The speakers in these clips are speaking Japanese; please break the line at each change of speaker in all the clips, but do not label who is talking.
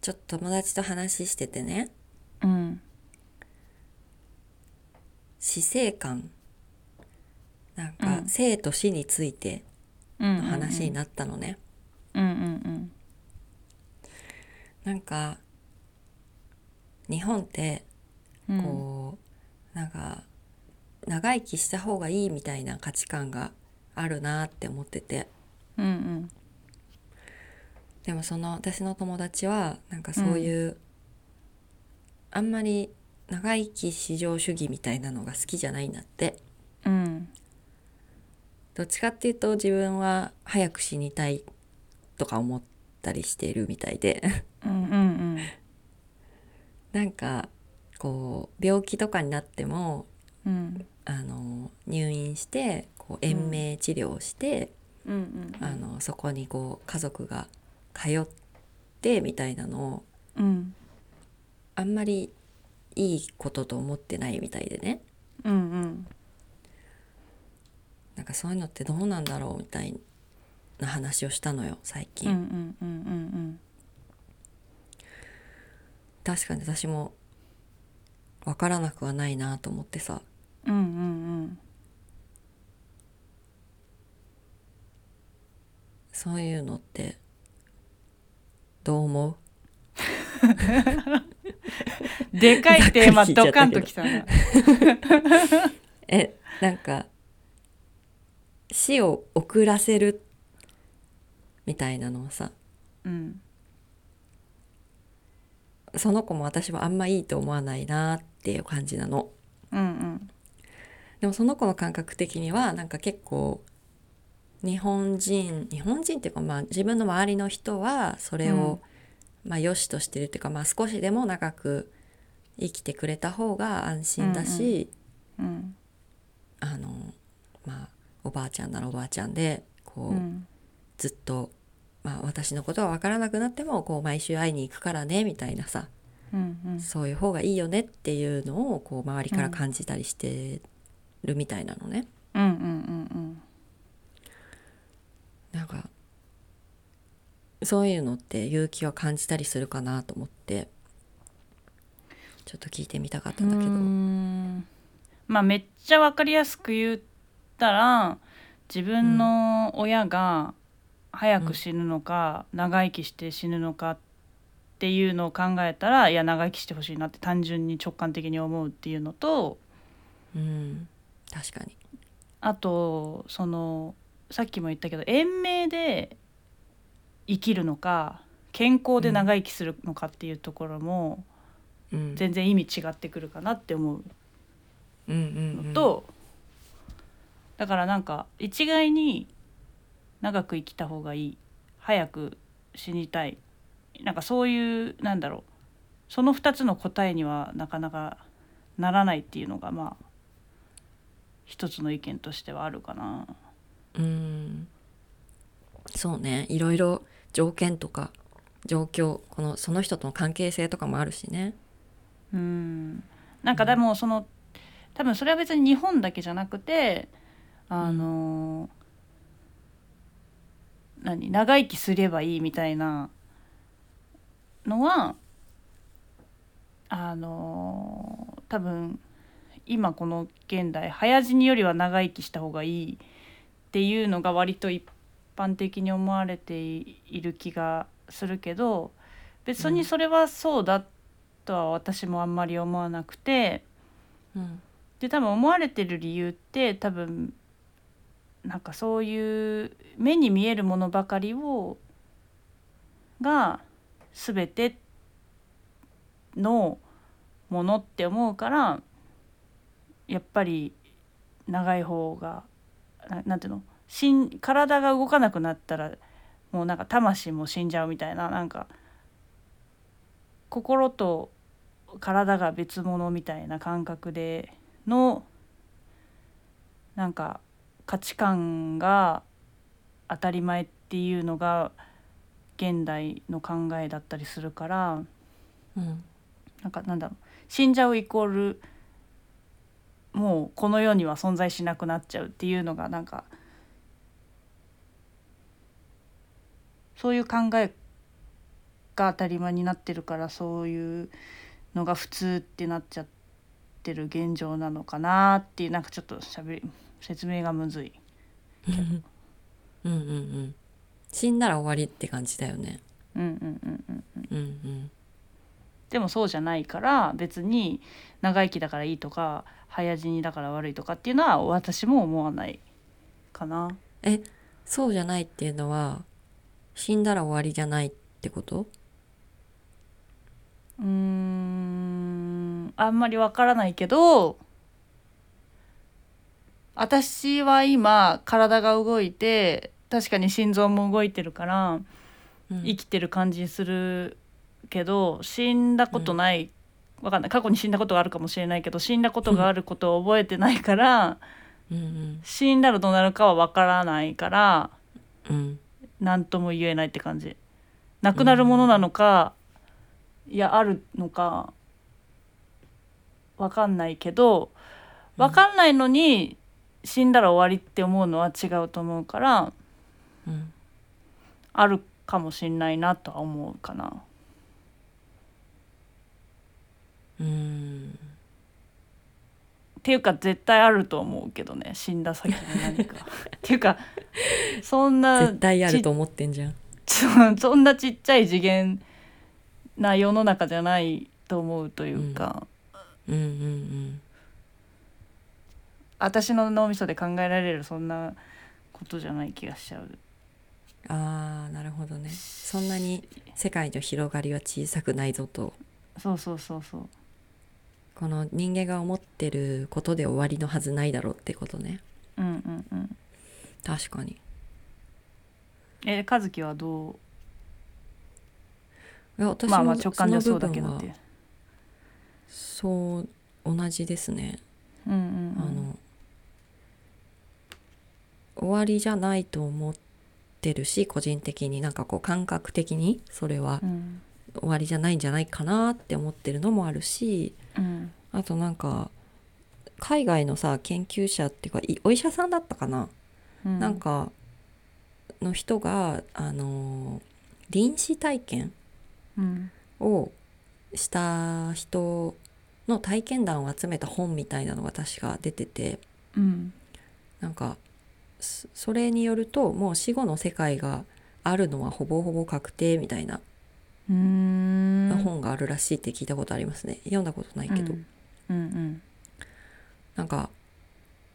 ちょっと友達と話しててね
うん
死生観なん
う
か
ん
生と死について
うん
の話になったのね、
うんうん
なんか日本って
うんうん
こう、なんか長生きした方がいいみたいな価値観があるなって思ってて
うんうん
でもその私の友達はなんかそういう、あんまり長生き至上主義みたいなのが好きじゃないんだって
うん
どっちかっていうと自分は早く死にたいとか思ったりしているみたいで
うんうん
なんかこう病気とかになっても
うんうん
あの入院してこう延命治療をして、
うんうん
あのそこにこう家族が通ってみたいなのを
うん
あんまりいいことと思ってないみたいでね
うんうん
なんかそういうのってどうなんだろうみたいな話をしたのよ最
うんう
近、
んうんうん
確かに私も分からなくはないなと思ってさ
うんうんうん
そういうのってどう思う
うんでかいテーマドカンときたな
えなんか死を遅らせるみたいなのをさ
うん
その子も私もあんまいいと思わないなっていう感じなの
うんうん
でもその子の感覚的にはなんか結構日本人日本人っていうかまあ自分の周りの人はそれを、まあ良しとしてるっていうかまあ少しでも長く生きてくれた方が安心だし、
うん
あのまあおばあちゃんならおばあちゃんでこ
う
う、
ん
ずっと、まあ、私のことは分からなくなってもこう毎週会いに行くからねみたいなさ
うん
そういう方がいいよねっていうのをこう周りから感じたりしてるみたいなのね。
うんうんうん
なんかそういうのって勇気は感じたりするかなと思ってちょっと聞いてみたかったんだけど。
う
う
ー
ん
んまあめっちゃわかりやすく言ったら自分の親が早く死ぬのか、長生きして死ぬのかっていうのを考えたらいや長生きしてほしいなって単純に直感的に思うっていうのと
確かに。
あとそのさっきも言ったけど延命で生きるのか健康で長生きするのかっていうところも
うん、
全然意味違ってくるかなって思う
うんうんうん
のと、だからなんか一概に長く生きた方がいい早く死にたいなんかそういうなんだろうその2つの答えにはなかなかならないっていうのがまあ一つの意見としてはあるかな。
うんそうねいろいろ条件とか状況このその人との関係性とかもあるしね。
うんなんかでもその多分それは別に日本だけじゃなくてあの、何長生きすればいいみたいなのはあの多分今この現代早死によりは長生きした方がいいっていうのが割と一般的に思われている気がするけど別
う
に
ん
それはそうだとは私もあんまり思わなくて
うん
で多分思われてる理由って多分なんかそういう目に見えるものばかりをが全てのものって思うからやっぱり長い方がななんていうの死ん体が動かなくなったらもうなんか魂も死んじゃうみたいななんか心と体が別物みたいな感覚でのなんか価値観が当たり前っていうのが現代の考えだったりするから
うん
なんかなんだろう死んじゃうイコールもうこの世には存在しなくなっちゃうっていうのがなんかそういう考えが当たり前になってるからそういうのが普通ってなっちゃってる現状なのかなっていうなんかちょっとしゃべり説明がむずい
うんうんうん死んだら終わりって感じだよね
うんうんうんうん
うんうん
でもそうじゃないから別に長生きだからいいとか早死にだから悪いとかっていうのは私も思わないかな
えそうじゃないっていうのは死んだら終わりじゃないってこと
うーんあんまりわからないけど私は今体が動いて確かに心臓も動いてるから
うん
生きてる感じするけど死んだことない、わかんない過去に死んだことがあるかもしれないけど死んだことがあることを覚えてないから
うん
死んだらどうなるかはわからないから
うんうん
何とも言えないって感じなくなるものなのか、いやあるのかわかんないけど
うん
わかんないのに死んだら終わりって思うのは違うと思うから
うん
あるかもしんないなとは思うかな
うん
っていうか絶対あると思うけどね死んだ先に 何かっていうかそんな
絶対あると思ってんじゃん
ち そんなちっちゃい次元な世の中じゃないと思うというか、
うんうん
私の脳みそで考えられるそんなことじゃない気がしちゃう
うんああなるほどねそんなに世界の広がりは小さくないぞと
そうそうそうそう
この人間が思ってることで終わりのはずないだろうってことね
うんうんうん
確かに
え和樹はど
いや
う
私
まあま
も
あ直感ではそうだけど
の
っ
部
てい
分
う
はそう同じですね、
うんうんうん
あの終わりじゃないと思ってるし個人的になんかこう感覚的にそれは
うん
終わりじゃないんじゃないかなって思ってるのもあるし
うん
あとなんか海外のさ研究者っていうかいお医者さんだったかな、
うん
なんかの人があの臨死体験
うん
をした人の体験談を集めた本みたいなのが確か出てて
うん
なんかそそれによるともう死後の世界があるのはほぼほぼ確定みたいな
うーん
本があるらしいって聞いたことありますね、読んだことないけど、
うんうん
なんか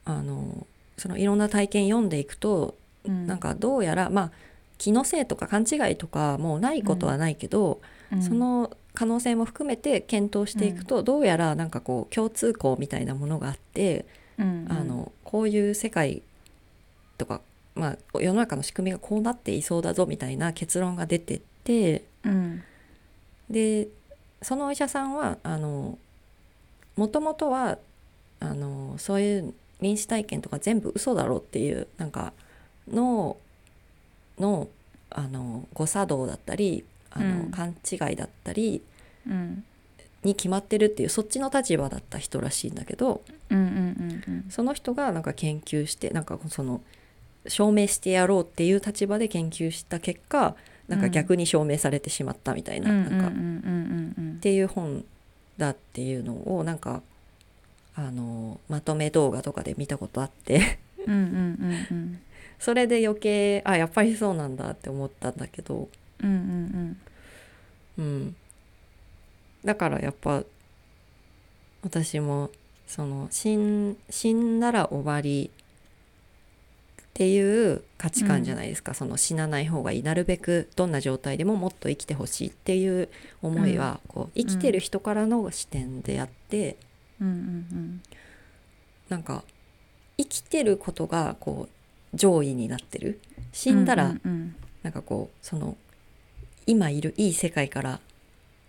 あのそのいろんな体験読んでいくと
うん
なんかどうやらまあ気のせいとか勘違いとかもうないことはないけど、
うん
その可能性も含めて検討していくと、どうやらなんかこう共通項みたいなものがあって、
うんうん
あのこういう世界とか、まあ、世の中の仕組みがこうなっていそうだぞみたいな結論が出てって
うん
でそのお医者さんはあのもともとはあのそういう臨死体験とか全部嘘だろうっていうなんか脳のあの誤作動だったりあの、
うん
勘違いだったり
うん
に決まってるっていうそっちの立場だった人らしいんだけど
うんうんうん
その人がなんか研究してなんかその証明してやろうっていう立場で研究した結果なんか逆に証明されてしまったみたいな,、
うん
なんか
うん
っ
うんうん
ていう本だっていうのをなんかあのまとめ動画とかで見たことあって
うんうんうんうんうん
それで余計あやっぱりそうなんだって思ったんだけど、
うんうん
うん、だからやっぱ私もその死ん死んだら終わりっていう価値観じゃないですか、その死なない方がいいなるべくどんな状態でももっと生きてほしいっていう思いは、こう生きてる人からの視点であって、
うんうん
なんか生きてることがこう上位になってる死んだら
うんうん
なんかこうその今いるいい世界から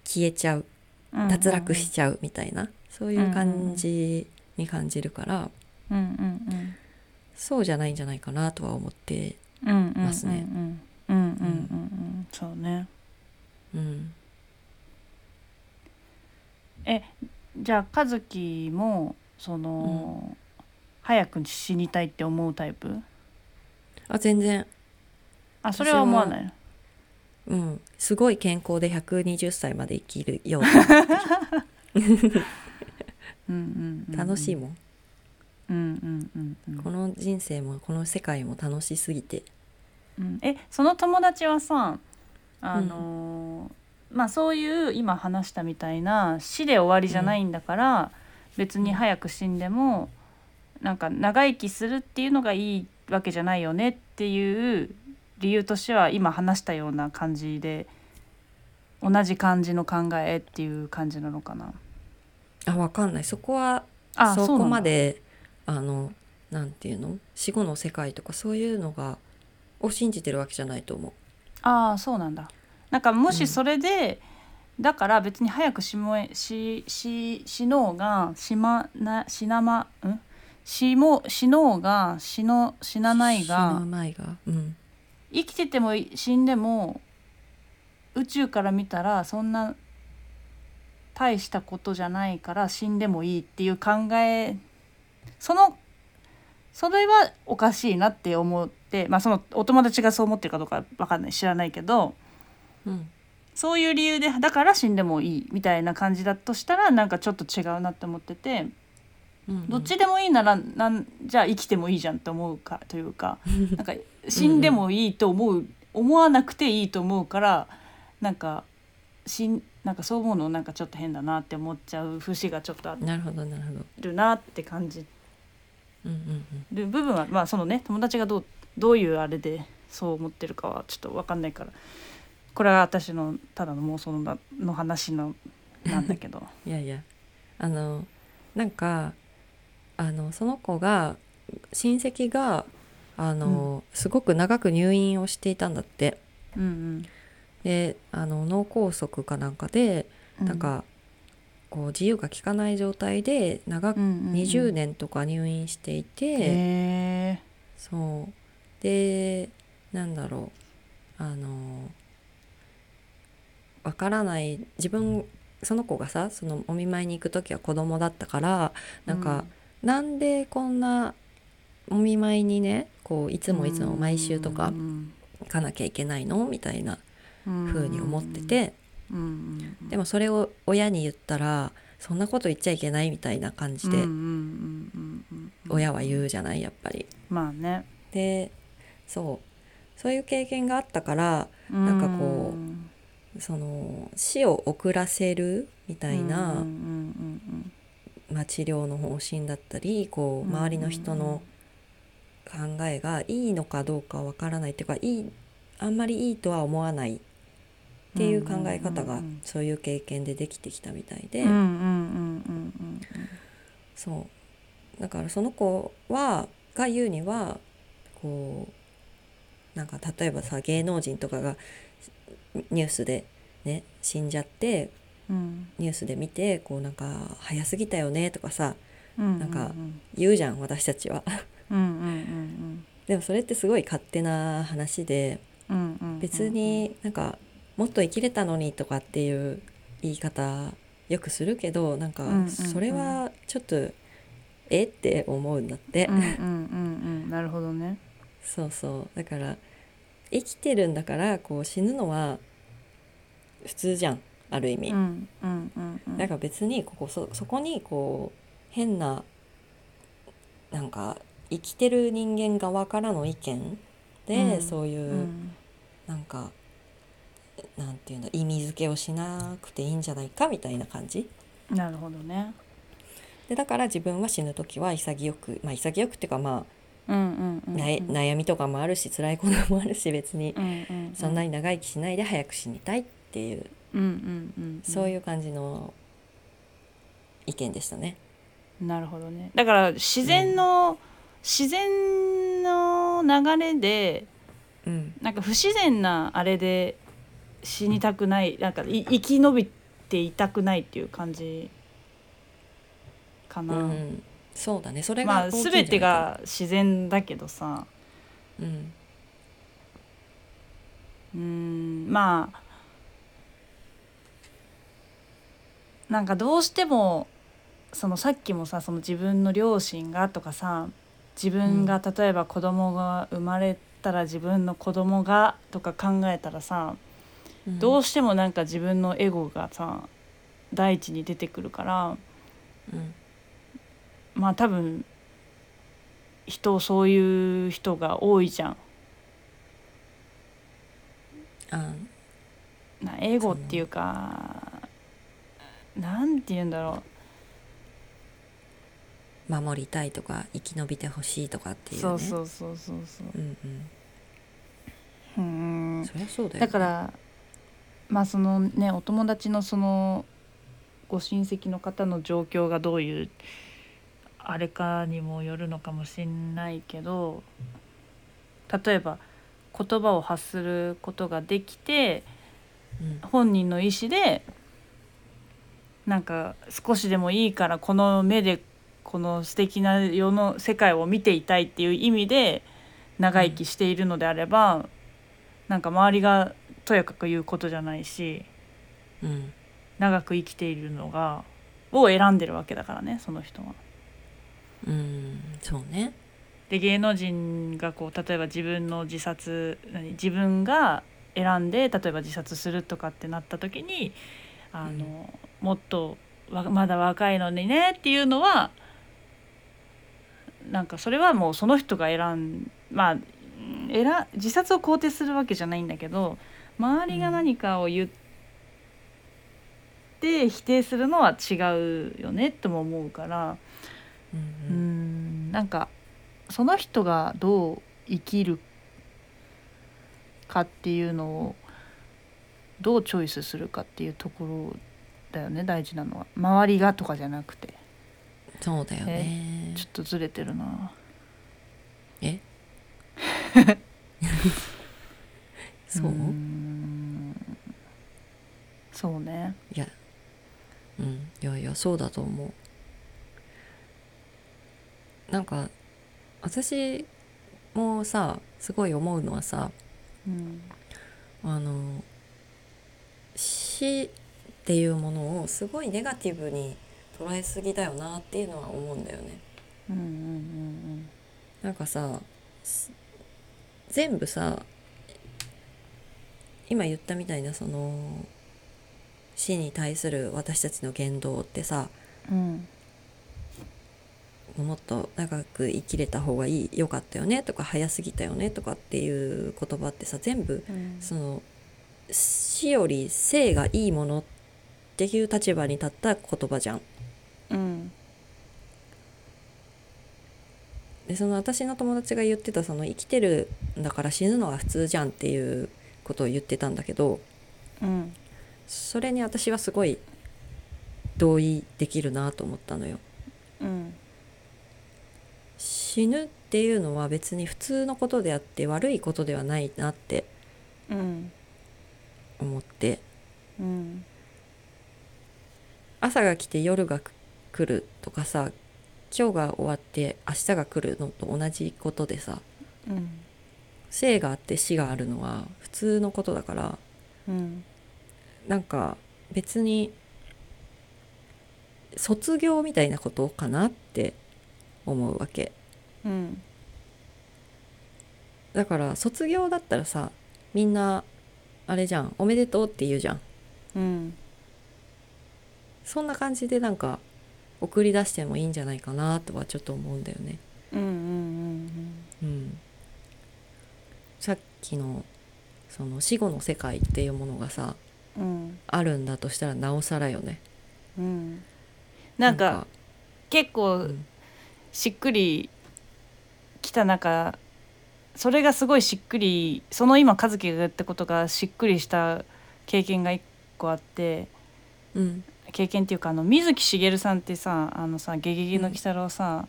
消えちゃう
うん
脱落しちゃうみたいなそういう感じに感じるから
うんうん
そうじゃないんじゃないかなとは思って、
うんうんうん
ますね
うんうんうんうんうんそうね
うん、
じゃあ和樹もその、早く死にたいって思うタイプ
あ全然
あそれは思わない
うん、すごい健康で120歳まで生きるような
うんうん うん、
楽しい
もん。
もん、
うんうんうん
この人生もこの世界も楽しすぎて
うんうん、えその友達はさあのーまあそういう今話したみたいな死で終わりじゃないんだから、別に早く死んでもなんか長生きするっていうのがいいわけじゃないよねっていう理由としては今話したような感じで同じ感じの考えっていう感じなのかな。
あわかんないそこは
あ
そ
そ
こ
うなんだ
まであのなんていうの死後の世界とかそういうのがを信じてるわけじゃないと思う
ああそうなんだなんかも
うん
しそれで、だから別に早く死もえ死死死のうが死まな死なまん死も死のうが死の死なない
死
が
なないがうん
生きてても死んでも宇宙から見たらそんな大したことじゃないから死んでもいいっていう考えそのそれはおかしいなって思ってまあそのお友達がそう思ってるかどうかわかんない知らないけど。
うん
そういう理由でだから死んでもいいみたいな感じだとしたらなんかちょっと違うなって思ってて
うん
どっちでもいいならなんじゃあ生きてもいいじゃんって思うかというかなんか死んでもいいと思う思わなくていいと思うからなんか死んなんかそう思うのなんかちょっと変だなって思っちゃう節がちょっとあ
なるほどなるほど
るなって感じ
うんうん
る部分はまあそのね友達がどうどういうあれでそう思ってるかはちょっと分かんないからこれは私のただの妄想のなの話のなんだけど。
うんいやいやあのなんかあのその子が親戚があの、すごく長く入院をしていたんだって
うん
であの脳梗塞かなんかで
うん、
なんかこう自由が利かない状態で長く
うんうんうん
20年とか入院していて、
へ
そうでなんだろうあのわからない自分その子がさそのお見舞いに行く時は子供だったからなんか、なんでこんなお見舞いにねこうい
い
つもいつも毎週とか行かなきゃいけないのみたいな風に思ってて、で
も
もそれを親に言ったらそんなこと言っちゃいけないみたいな感じで親は言うじゃないやっぱり。
まあね
でそうそういう経験があったから
なん
かこうその死を遅らせるみたいな、まあ、治療の方針だったりこう周りの人の考えがいいのかどうかわからないっていうかいいあんまりいいとは思わないっていう考え方
うんう
が
んうんうん
そういう経験でできてきたみたいで、
うんうんうん
そうだからその子はが言うにはこうなんか例えばさ芸能人とかがニュースでね死んじゃって
うん
ニュースで見てこうなんか早すぎたよねとかさ
うん
なんか言うじゃん私たちは
うんうんうん
でもそれってすごい勝手な話で
うんうんうん
別になんかもっと生きれたのにとかっていう言い方よくするけどなん
うんうん
か
うん
それはちょっとえって思うんだって、
うんうんうんうんなるほどね
そうそうだから生きてるんだからこう死ぬのは普通じゃんある意味、
うんうんうんうん
だから別にここそそこにこう変ななんか生きてる人間側からの意見で、
うん
そういう、
うん
なんかなんていうの意味付けをしなくていいんじゃないかみたいな感じ
なるほどね
でだから自分は死ぬ時は潔くまあ潔くっていうかま
うんうんう
あ、
ん
なえ
うん
悩みとかもあるし辛いこともあるし別に
うんうんうん
そんなに長生きしないで早く死にたいっていう、
うんうんうんうん
そういう感じの意見でしたね。
なるほどねだから自然の、自然の流れで
うん、
なんか不自然なあれで死にたくないなんかい生き延びていたくないっていう感じか
う
な、
ん、そうだねそれ
ま
が
あ
大きいんじゃないかな、
全てが自然だけどさ
うん、
うんまあなんかどうしてもそのさっきもさその自分の両親がとかさ自分が例えば子供が生まれたら自分の子供がとか考えたらさ
うん
どうしてもなんか自分のエゴがさ第一に出てくるから
うん
まあ多分人そういう人が多いじゃん。
あ
なエゴっていうかなんて言うんだろ
守りたいとか生き延びてほしいとかって
う
いうね
そうそうそうそうそう
うんう
うーん
んそりゃそうだよ、
だからまあそのねお友達のそのご親戚の方の状況がどういうあれかにもよるのかもしれないけど例えば言葉を発することができて
うん
本人の意思でなんか少しでもいいからこの目でこの素敵な世の世界を見ていたいっていう意味で長生きしているのであれば、なんか周りがとやかく言うことじゃないし
うん
長く生きているのがを選んでるわけだからねその人は。
うんそうね
で芸能人がこう例えば自分の自殺何自分が選んで例えば自殺するとかってなった時にあの、もっとわまだ若いのにねっていうのはなんかそれはもうその人が選んまあうん選自殺を肯定するわけじゃないんだけど周りが何かを言って否定するのは違うよねとも思うから。
う
うー
ん
んなんかその人がどう生きるかっていうのをどうチョイスするかっていうところだよね大事なのは周りがとかじゃなくて
うんそうだよね
ちょっとずれてるな
え そう
ーんそうね
いやうんいやいやそうだと思うなんか私もさすごい思うのはさ
うん
あの死っていうものをすごいネガティブに捉えすぎだよなっていうのは思うんだよね
うんうん
なんかさす全部さ今言ったみたいなその死に対する私たちの言動ってさ
うんうん
もっと長く生きれた方がいい良かったよねとか早すぎたよねとかっていう言葉ってさ全部
うん
その死より生がいいものっていう立場に立った言葉じゃん。
うん
でその私の友達が言ってたその生きてるんだから死ぬのは普通じゃんっていうことを言ってたんだけど
うん
それに私はすごい同意できるなと思ったのよ。
うん
死ぬっていうのは別に普通のことであって悪いことではないなって
うん
思って
うん
朝が来て夜が来るとかさ今日が終わって明日が来るのと同じことでさ
うん
生があって死があるのは普通のことだから
うん
なんか別に卒業みたいなことかなって思うわけ
うん
だから卒業だったらさみんなあれじゃんおめでとうって言うじゃん
うん
そんな感じでなんか送り出してもいいんじゃないかなとはちょっと思うんだよね。
うんうんうん
うん、さっきのその死後の世界っていうものがさ
うん
あるんだとしたらなおさらよね。
うんなんか結
う
構
ん
しっくりきた中それがすごいしっくりその今和樹が言ったことがしっくりした経験が一個あって
うん
経験っていうかあの水木しげるさんってさ「あのさゲゲゲの鬼太郎さ」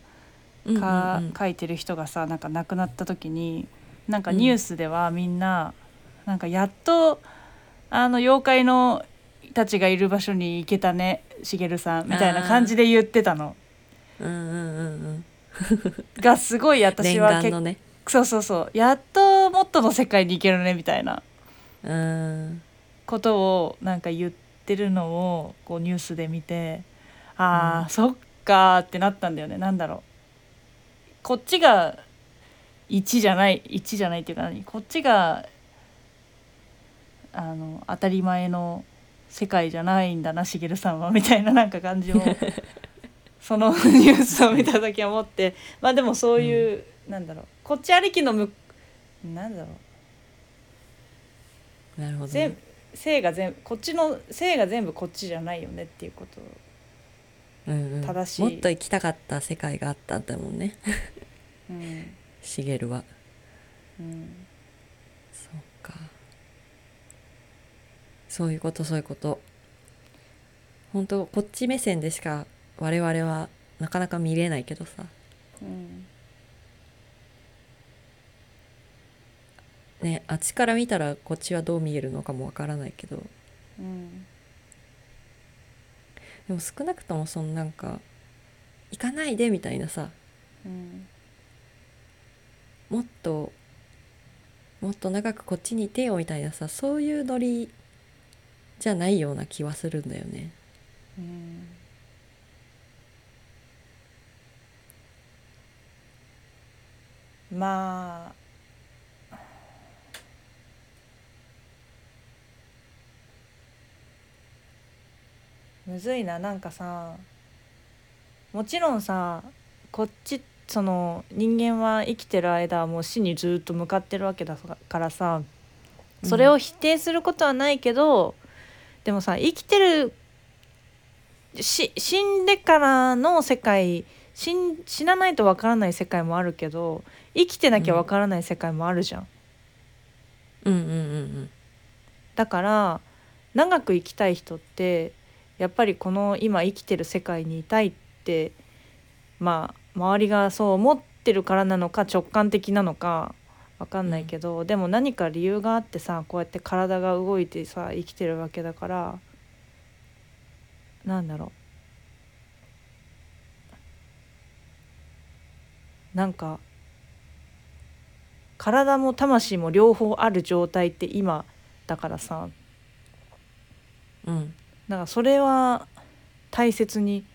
うん
か
うんうん
書いてる人がさなんか亡くなった時になんかニュースではみんな、なんかやっとあの妖怪のたちがいる場所に行けたねしげるさんみたいな感じで言ってたの
うんうんうんうん
がすごい私
念
は
願
結
のね。
そうそうそうやっと元の世界に行けるねみたいな
うん
ことをなんか言ってるのをこうニュースで見てああ、
うん
そっかーってなったんだよねなんだろうこっちが1じゃない1じゃないっていうか何こっちがあの当たり前の世界じゃないんだなしげるさんはみたいななんか感じをその ニュースを見た時は思ってまあでもそういう、なんだろうこっちありきのむなんだろ
なるほ
う
ど
全、
ね、
性が全こっちの性が全部こっちじゃないよねっていうこと
うんうん、
正しい
もっと行きたかった世界があったんだもんね
うん、
シゲルは
うん、
そうかそういうことそういうこと本当こっち目線でしか我々はなかなか見れないけどさ
うん、
ねあっちから見たらこっちはどう見えるのかもわからないけど
うん、
でも少なくともそのなんか行かないでみたいなさ
うん、
もっともっと長くこっちにいてよみたいなさそういうノリじゃないような気はするんだよね。
うん、まあむずいななんかさもちろんさこっちその人間は生きてる間はもう死にずっと向かってるわけだからさそれを否定することはないけど、でもさ生きてるし死んでからの世界死ん死なないとわからない世界もあるけど生きてなきゃわからない世界もあるじゃん、
うんうんうん
だから長く生きたい人ってやっぱりこの今生きてる世界にいたいってまあ周りがそう思ってるからなのか直感的なのかわかんないけど、でも何か理由があってさこうやって体が動いてさ生きてるわけだからなんだろうなんか体も魂も両方ある状態って今だからさ、
うんうん
だからそれは大切に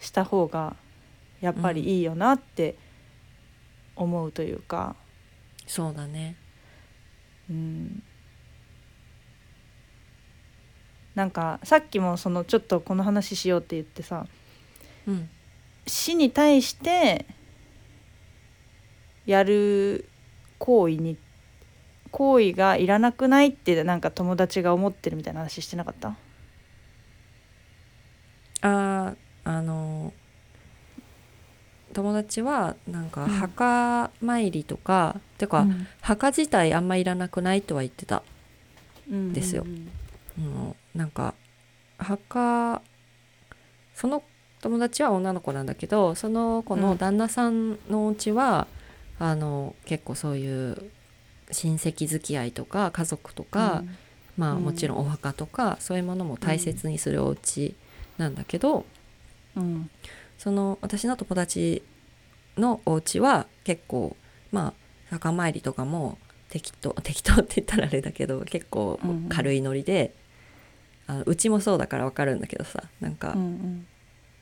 した方がやっぱりいいよなって思うというか、
そうだね。
うん、なんかさっきもそのちょっとこの話しようって言ってさ
うん
死に対してやる行為に行為がいらなくないってなんか友達が思ってるみたいな話してなかった
あーあの友達はなんか
うん
墓参りとか、てか、墓自体あんまいらなくないとは言ってた。
うん
ですよ
うん
うん、なんか墓その友達は女の子なんだけどその子
う
の
ん
旦那さんのお家は、あの結構そういう親戚付き合いとか家族とか、
うん
まあ
うん
もちろんお墓とかそういうものも大切にするお家なんだけど、
うん
その私の友達のお家は結構まあ墓参りとかも適当 適当って言ったらあれだけど結構
うんうん
軽いノリで、うあのうちもそうだからわかるんだけどさなんか、
うんうん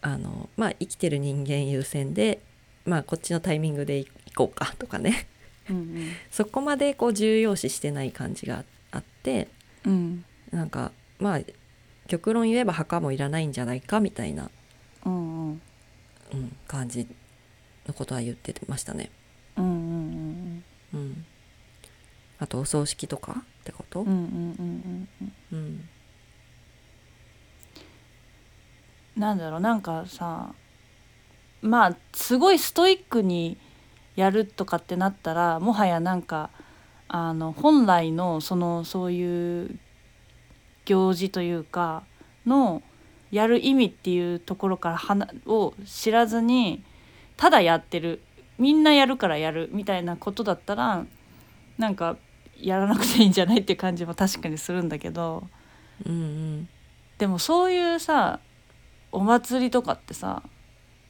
あのまあ生きてる人間優先でまあこっちのタイミングで行こうかとかね
うん
そこまでこう重要視してない感じがあって
うん
なんかまあ極論言えば墓もいらないんじゃないかみたいな、
うんうん
うん、感じのことは言ってましたね。
うんうん
うん、あとお葬式とかってこと、
うんうんうんうんうん
うん
なんだろうなんかさまあすごいストイックにやるとかってなったらもはやなんかあの本来のそのそういう行事というかのやる意味っていうところからはなを知らずにただやってるみんなやるからやるみたいなことだったらなんかやらなくていいんじゃないっていう感じも確かにするんだけど。
うんうん
でもそういうさお祭りとかってさ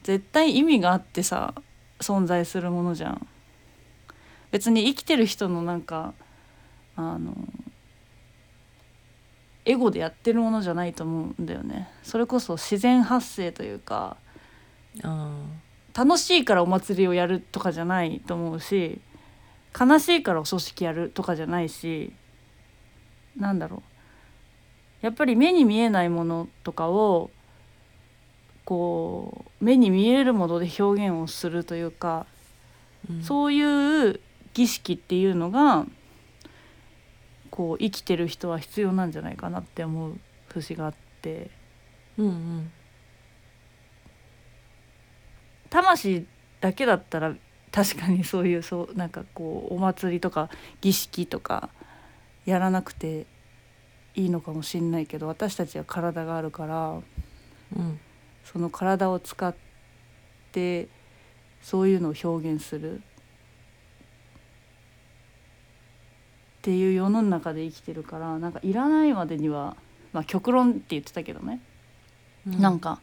絶対意味があってさ存在するものじゃん別に生きてる人のなんかあのエゴでやってるものじゃないと思うんだよねそれこそ自然発生というか
あ
楽しいからお祭りをやるとかじゃないと思うし悲しいからお葬式やるとかじゃないしなんだろうやっぱり目に見えないものとかをこう目に見えるもので表現をするというか、
うん
そういう儀式っていうのがこう生きてる人は必要なんじゃないかなって思う節があって
うんうん
魂だけだったら確かにそういうそうなんかこうお祭りとか儀式とかやらなくていいのかもしれないけど私たちは体があるから
うん
その体を使ってそういうのを表現するっていう世の中で生きてるからなんかいらないまでには、まあ、極論って言ってたけどね、
う
なんか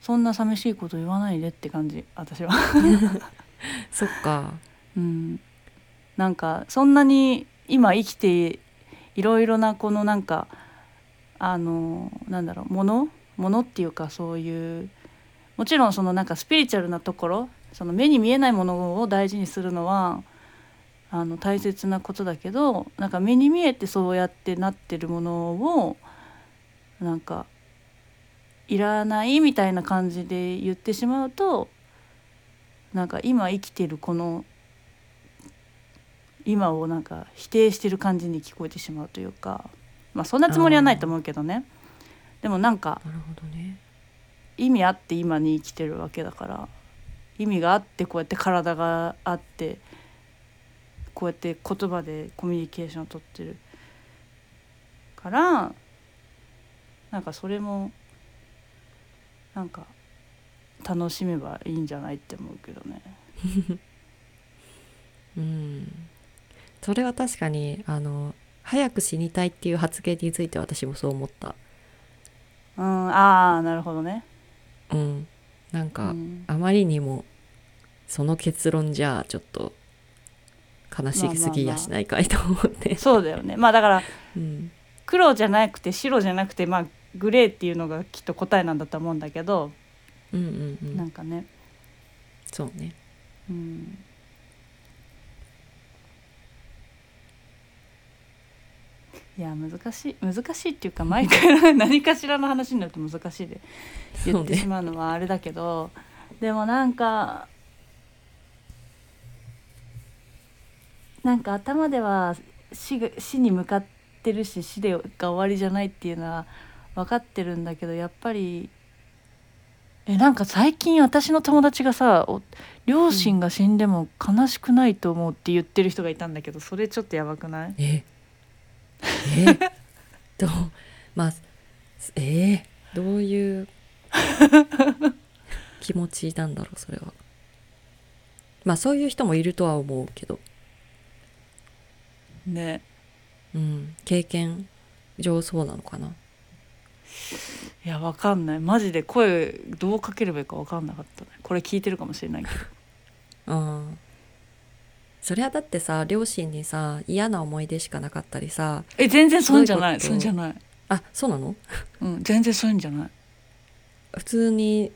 そんな寂しいこと言わないでって感じ私は。
そっか
うん、なんかそんなに今生きていろいろなこのなんかあのなんだろうものものっていうかそういうもちろんそのなんかスピリチュアルなところその目に見えないものを大事にするのはあの大切なことだけどなんか目に見えてそうやってなってるものをなんかいらないみたいな感じで言ってしまうとなんか今生きてるこの今をなんか否定してる感じに聞こえてしまうというか、まあ、そんなつもりはないと思うけどねでもなんか
なるほどね
意味あって今に生きてるわけだから意味があってこうやって体があってこうやって言葉でコミュニケーションを取ってるからなんかそれもなんか楽しめばいいんじゃないって思うけどね。
うんそれは確かにあの早く死にたいっていう発言について私もそう思った
うん、ああなるほどね。
うんなんか、
うん
あまりにもその結論じゃあちょっと悲しすぎやしないかいと思って、
そうだよね。まあだから
うん
黒じゃなくて白じゃなくてまあグレーっていうのがきっと答えなんだと思うんだけど、
うんうんうん
なんかね。
そうね
うんいや難しい難しいっていうか毎回何かしらの話になると難しいで
そ
言
う
ってし
ね
まうのはあれだけど、でもなんかなんか頭では死が死に向かってるし死でが終わりじゃないっていうのは分かってるんだけどやっぱりえなんか最近私の友達がさお両親が死んでも悲しくないと思うって言ってる人がいたんだけどそれちょっとやばくない
ええどうまあえーどういう気持ちなんだろうそれはまあそういう人もいるとは思うけど、
ね
うん、経験上そうなのかない
やわかんないマジで声どうかければいいかわかんなかったねこれ聞いてるかもしれないけど
うんそりゃだってさ両親にさ嫌な思い出しかなかったりさ
え全然そういうんじゃない
ど
そう
う
い
いううんこと
じゃない
あそうなの
うん全然そういうんじゃない
普通に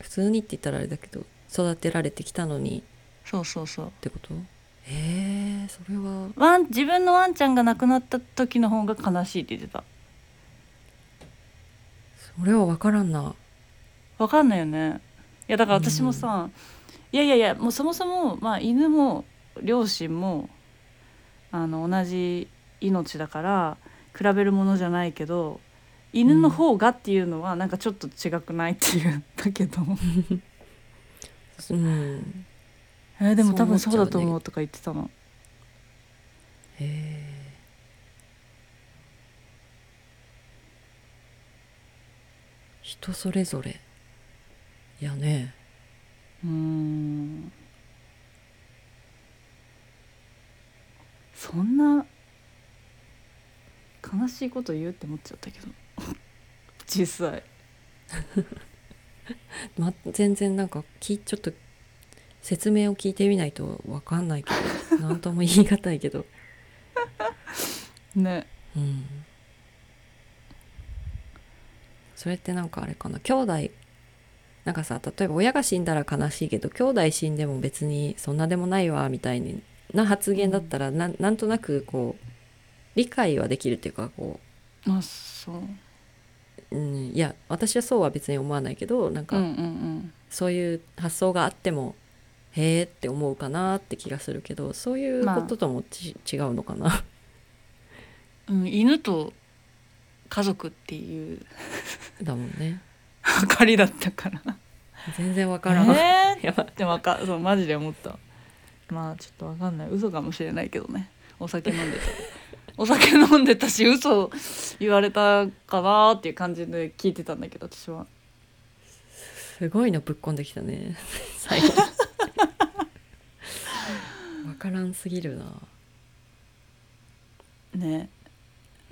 普通にって言ったらあれだけど育てられてきたのに
そうそうそう
ってことえー、それは
ワン自分のワンちゃんが亡くなった時の方が悲しいって言ってた
それは分からんな
わかんないよねいやだから私もさ、いやいやいやもうそもそも、まあ、犬も両親もあの同じ命だから比べるものじゃないけど犬の方がっていうのはなんかちょっと違くないっていうんだけ
う
ど、
ん
えーでも多分
そ
そうう
思っちゃうね
だと思うとか言ってたの
えー、人それぞれいやね
うーんそんな悲しいこと言うって思っちゃったけど 実際
ま、全然なんかきちょっと説明を聞いてみないと分かんないけど なんとも言い難いけど、
ね
うん、それってなんかあれかな兄弟なんかさ例えば親が死んだら悲しいけど兄弟死んでも別にそんなでもないわみたいな発言だったら、なんなんとなくこう理解はできるっていうかこ
あそう
う、うん、いや私はそうは別に思わないけどなん
うんう
か
ん
そういう発想があってもへえって思うかなって気がするけどそういう
まあ
ことともち、違うのかな
うん、うん、犬と家族っていう
だもんね
明かりだったから
全然わからん、
え ー
やばい
ってわかそうマジで思ったまあちょっとわかんない嘘かもしれないけどねお酒飲んでたお酒飲んでたし嘘言われたかなっていう感じで聞いてたんだけど私は
すごいのぶっこんできた ね最後わからんすぎるな
ね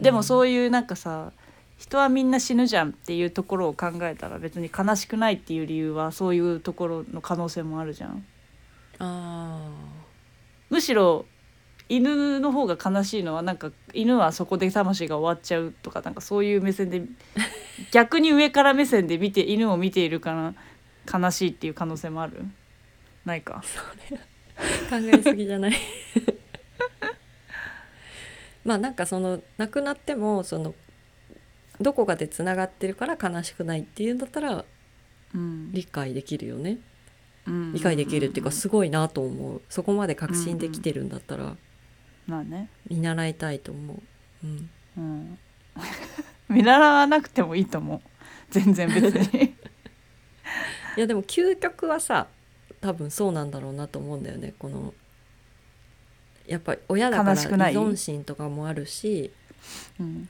で
う
も
ん
そういうなんかさ、人はみんな死ぬじゃんっていうところを考えたら別に悲しくないっていう理由はそういうところの可能性もあるじゃん
あ
むしろ犬の方が悲しいのはなんか犬はそこで魂が終わっちゃうとかなんかそういう目線で逆に上から目線で見て犬を見ているから悲しいっていう可能性もあるないか
ー考えすぎじゃない まあなんかその亡くなってもそのどこかでつながってるから悲しくないっていうんだったら
うん
理解できるよね
うん
理解できるっていうか
んん
すごいなと思うそこまで確信できてるんだったら
まあね、
見習いたいと思う、うん、
うん、見習わなくてもいいと思う全然別 に
いやでも究極はさ多分そうなんだろうなと思うんだよねこのやっぱり親だから
悲
依
しくない
存心とかもあるし
うん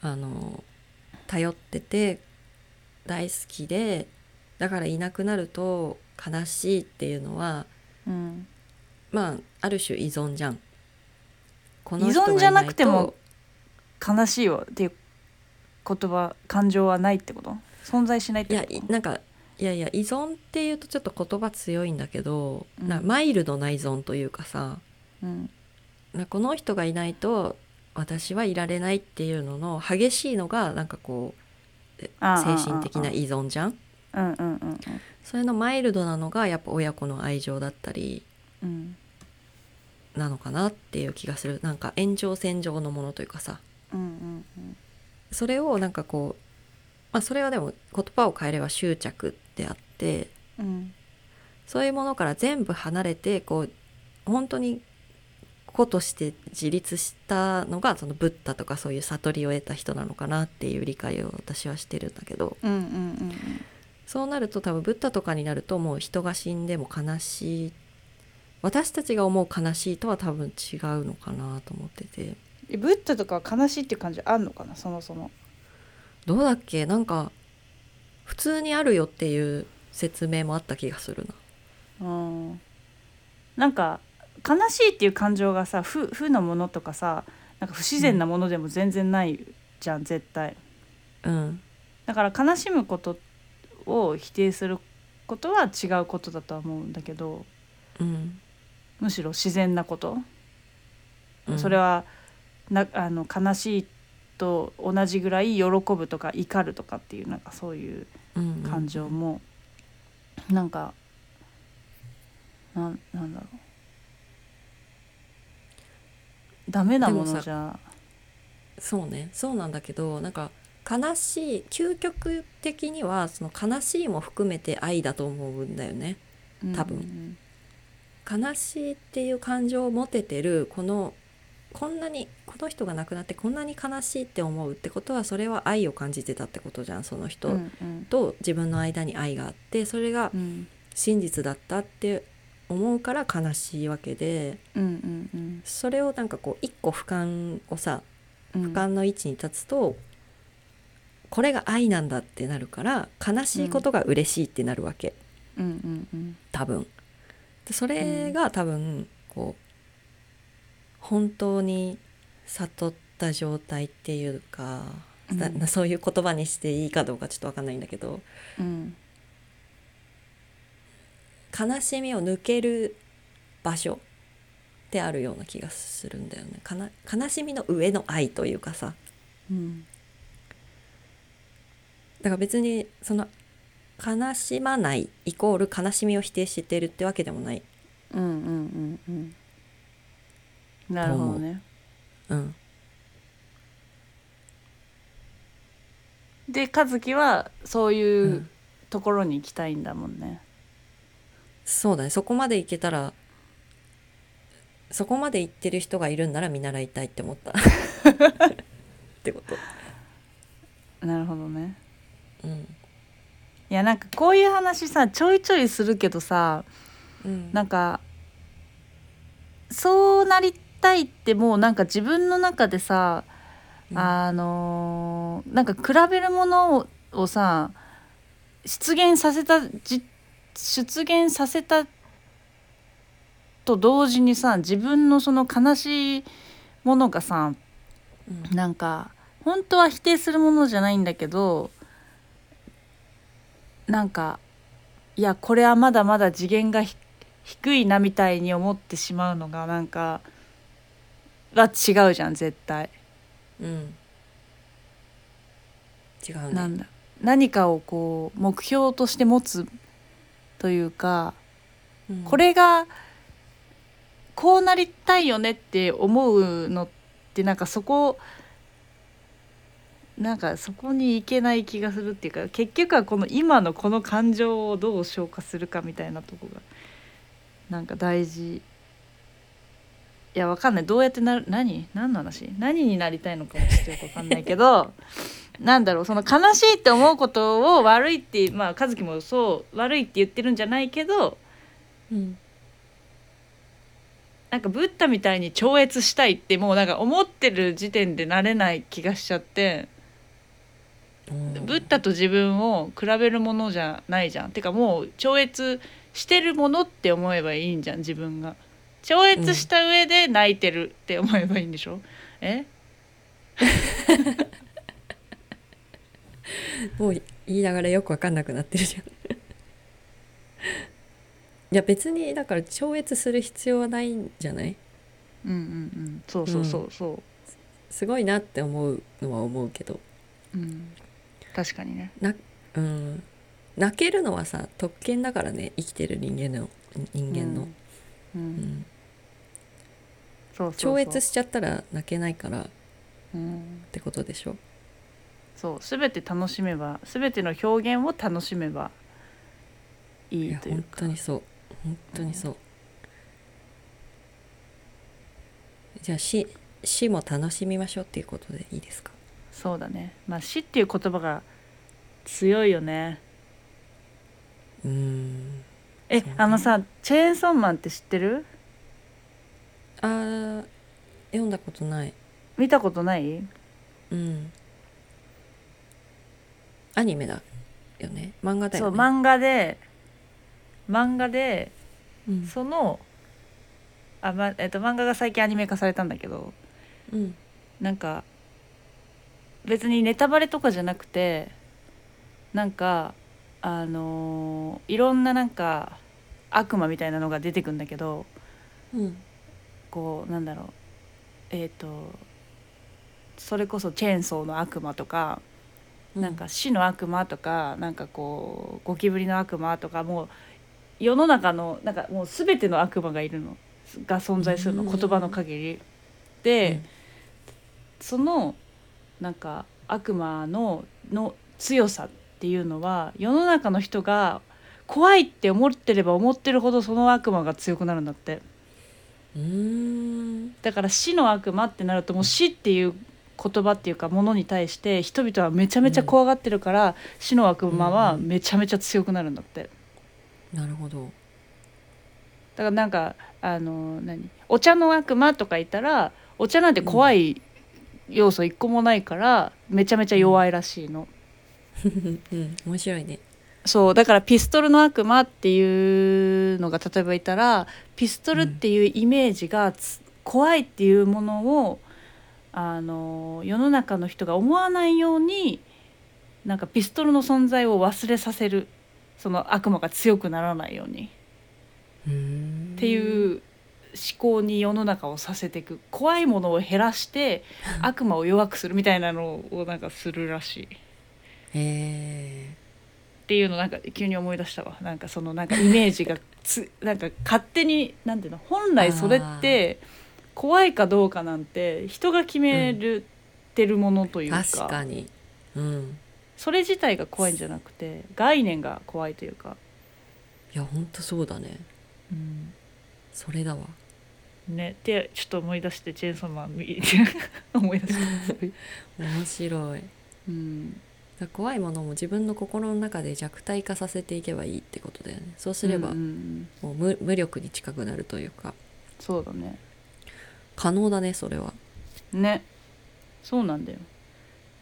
あの頼ってて大好きでだからいなくなると悲しいっていうのは
うん
まあある種依存じゃん。こ
依存じゃなくても悲しいよっていう言葉感情はないってこと存在しないっ
い
て
や
こ
い
と
なんかいやいや依存っていうとちょっと言葉強いんだけど、
うん
なマイルドな依存というかさ
うん
なこの人がいないと私はいられないっていうのの激しいのがなんかこう
あ
精
あ
神的な
あ
依存じゃん
あうんうんうん
それのマイルドなのがやっぱ親子の愛情だったり
うんうん
なのかなっていう気がするなんか延長線上のものというかさ
うんうんうん
それをなんかこうまあそれはでも言葉を変えれば執着であって
うん
そういうものから全部離れてこう本当に子として自立したのがそのブッダとかそういう悟りを得た人なのかなっていう理解を私はしてるんだけど
うんうん
そうなると多分ブッダとかになるともう人が死んでも悲しい私たちが思う悲しいとは多分違うのかなと思ってて
うんブッダとかは悲しいっていう感じあんのかなそもそも
どうだっけなんか普通にあるよっていう説明もあった気がするな。
うんなんか悲しいっていう感情がさ負負のものとかさなんか不自然なものでも全然ないじゃん、絶対
うん、
だから悲しむことを否定することは違うことだとは思うんだけど
うん
むしろ自然なこと
うん、
それはなあの悲しいと同じぐらい喜ぶとか怒るとかっていうなんかそういう感情も、なんかなんなんだろうダメなも
でも
の
さ
じゃ
そうねそうなんだけどなんか悲しい究極的にはその悲しいも含めて愛だと思うんだよね多分
分
悲しいっていう感情を持ててるこのこんなにこの人が亡くなってこんなに悲しいって思うってことはそれは愛を感じてたってことじゃんその人、
うんうん
と自分の間に愛があってそれが
うん
真実だったって思うから悲しいわけで
うんうんうん
それをなんかこう一個俯瞰をさ
うん
俯瞰の位置に立つと、これが愛なんだってなるから悲しいことが嬉しいってなるわけ、
うんうんうん
多分でそれが多分こう本当に悟った状態っていうか、な
うん
そういう言葉にしていいかどうかちょっと分かんないんだけど
うん
悲しみを抜ける場所ってあるような気がするんだよねかな悲しみの上の愛というかさ、
うん
だから別にその悲しまないイコール悲しみを否定してるってわけでもない、
うんうんうんうんなるほどね
うん、
で和樹はそういううんところに行きたいんだもんね。
そうだねそこまで行けたらそこまで行ってる人がいるんなら見習いたいって思った ってこと
なるほどね。
うん
いやなんかこういう話さちょいちょいするけどさ
うん
なんかそうなりたいってもうなんか自分の中でさ、
うん
あのーなんか比べるものををさ出現させたじ出現させたと同時にさ自分のその悲しいものがさ
うん
なんか本当は否定するものじゃないんだけどなんかいやこれはまだまだ次元がひ低いなみたいに思ってしまうのがなんかは違うじゃん絶対。
うん違う
な
ね
んだ何かをこう目標として持つというか
うん
これがこうなりたいよねって思うのってなんかそこなんかそこに行けない気がするっていうか結局はこの今のこの感情をどう消化するかみたいなとこがなんか大事いやわかんないどうやってな何何の話何になりたいのかもちょっとよくわかんないけどなんだろうその悲しいって思うことを悪いってまあ和樹もそう悪いって言ってるんじゃないけど
うん
なんかブッダみたいに超越したいってもうなんか思ってる時点でなれない気がしちゃって、ブッダと自分を比べるものじゃないじゃんてかもう超越してるものって思えばいいんじゃん自分が超越した上で泣いてるって思えばいいんでしょ、え
もう言いながらよくわかんなくなってるじゃんいや別にだから超越する必要はないんじゃない
うんうんうんそうそうそうそ
すごいなって思うのは思うけど
う、うん、確かにね
うん泣けるのはさ特権だからね生きてる人間の人間の、う
うん、う
ん
んそうそうそう
超越しちゃったら泣けないからっ
うん
てことでしょ
そう全て楽しめば全ての表現を楽しめばい
い
い
や
という
本
か
当にそう本当にそう、じゃあ死死も楽しみましょうっていうことでいいですか
そうだねまあ死っていう言葉が強いよね
うーん
え
そうね
あのさチェーンソーマンって知ってる
あー読んだことない
見たことない
うんアニメだよね漫画だ
そ
よ
う
ね
漫画で漫画で
うん
そのあ、まえっと、漫画が最近アニメ化されたんだけど
うん
なんか別にネタバレとかじゃなくてなんかあのーいろんななんか悪魔みたいなのが出てくんだけど
うん
こうなんだろうえっ、とそれこそチェーンソーの悪魔とか、なんか死の悪魔とかなんかこうゴキブリの悪魔とかもう世の中のなんかもう全ての悪魔がいるのが存在するの
うん
言葉の限り。で、そのなんか悪魔のの強さっていうのは世の中の人が怖いって思ってれば思ってるほどその悪魔が強くなるんだって
うんうーん
だから死の悪魔ってなるともう死っていう言葉っていうかものに対して人々はめちゃめちゃ怖がってるから、死の悪魔はめちゃめちゃ強くなるんだってだ
な
か
るほど
らなんかあの何お茶の悪魔とかいたらお茶なんて怖い要素一個もないからめちゃめちゃ弱いらしいの。
うん面白いね
そうだからピストルの悪魔っていうのが例えばいたらピストルっていうイメージがつ怖いっていうものをあの世の中の人が思わないようになんかピストルの存在を忘れさせるその悪魔が強くならないように
うーん
っていう思考に世の中をさせていく怖いものを減らして悪魔を弱くするみたいなのをなんかするらしい。
へ
っていうのなんか急に思い出したわなんかそのなんかイメージがつなんか勝手になんていうの本来それって怖いかどうかなんて人が決める、てるものとい
え
うか
確かにうん
それ自体が怖いんじゃなくて概念が怖いというか、
いやほんとそうだね
うん、
それだわ
ねってちょっと思い出してチェーンソーマン見思い出 して、
面白い
うん、
怖いものも自分の心の中で弱体化させていけばいいってことだよねそうすれば
うんうん
もう無無力に近くなるというか
そうだね
可能だねそれは
ねそうなんだよ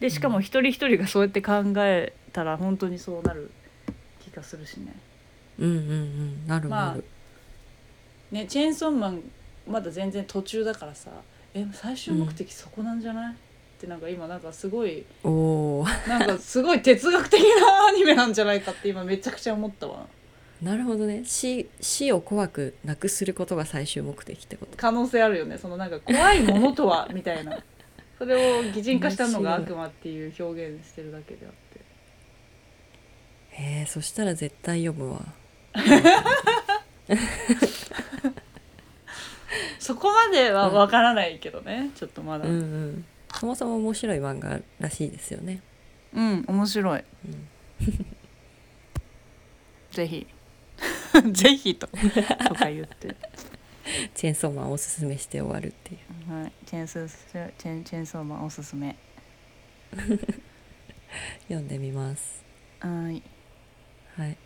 でしかも一人一人がそうやって考えたら本当にそうなる気がするしね
うんうんうんなる
まあ
なる、
ねチェーンソーマンまだ全然途中だからさえ最終目的そこなんじゃない、ってなんか今なんかすごい
おおー
なんかすごい哲学的なアニメなんじゃないかって今めちゃくちゃ思ったわ
なるほどね死死を怖くなくすることが最終目的ってこと
可能性あるよねそのなんか怖いものとはみたいなそれを擬人化したのが
面
悪
白
魔っていう表現してるだけであって
へえそしたら絶対読むわ
そこまではわからないけどね、ちょっとまだ
うんうんそもそも面白い漫画らしいですよね
うん面白い
うん
ぜ ひぜひととか言って、は
チェーンソーマンをおすすめして終わるっていう
い、チェンスチェンチェンソーマンおすすめ
読んでみます
はい
はい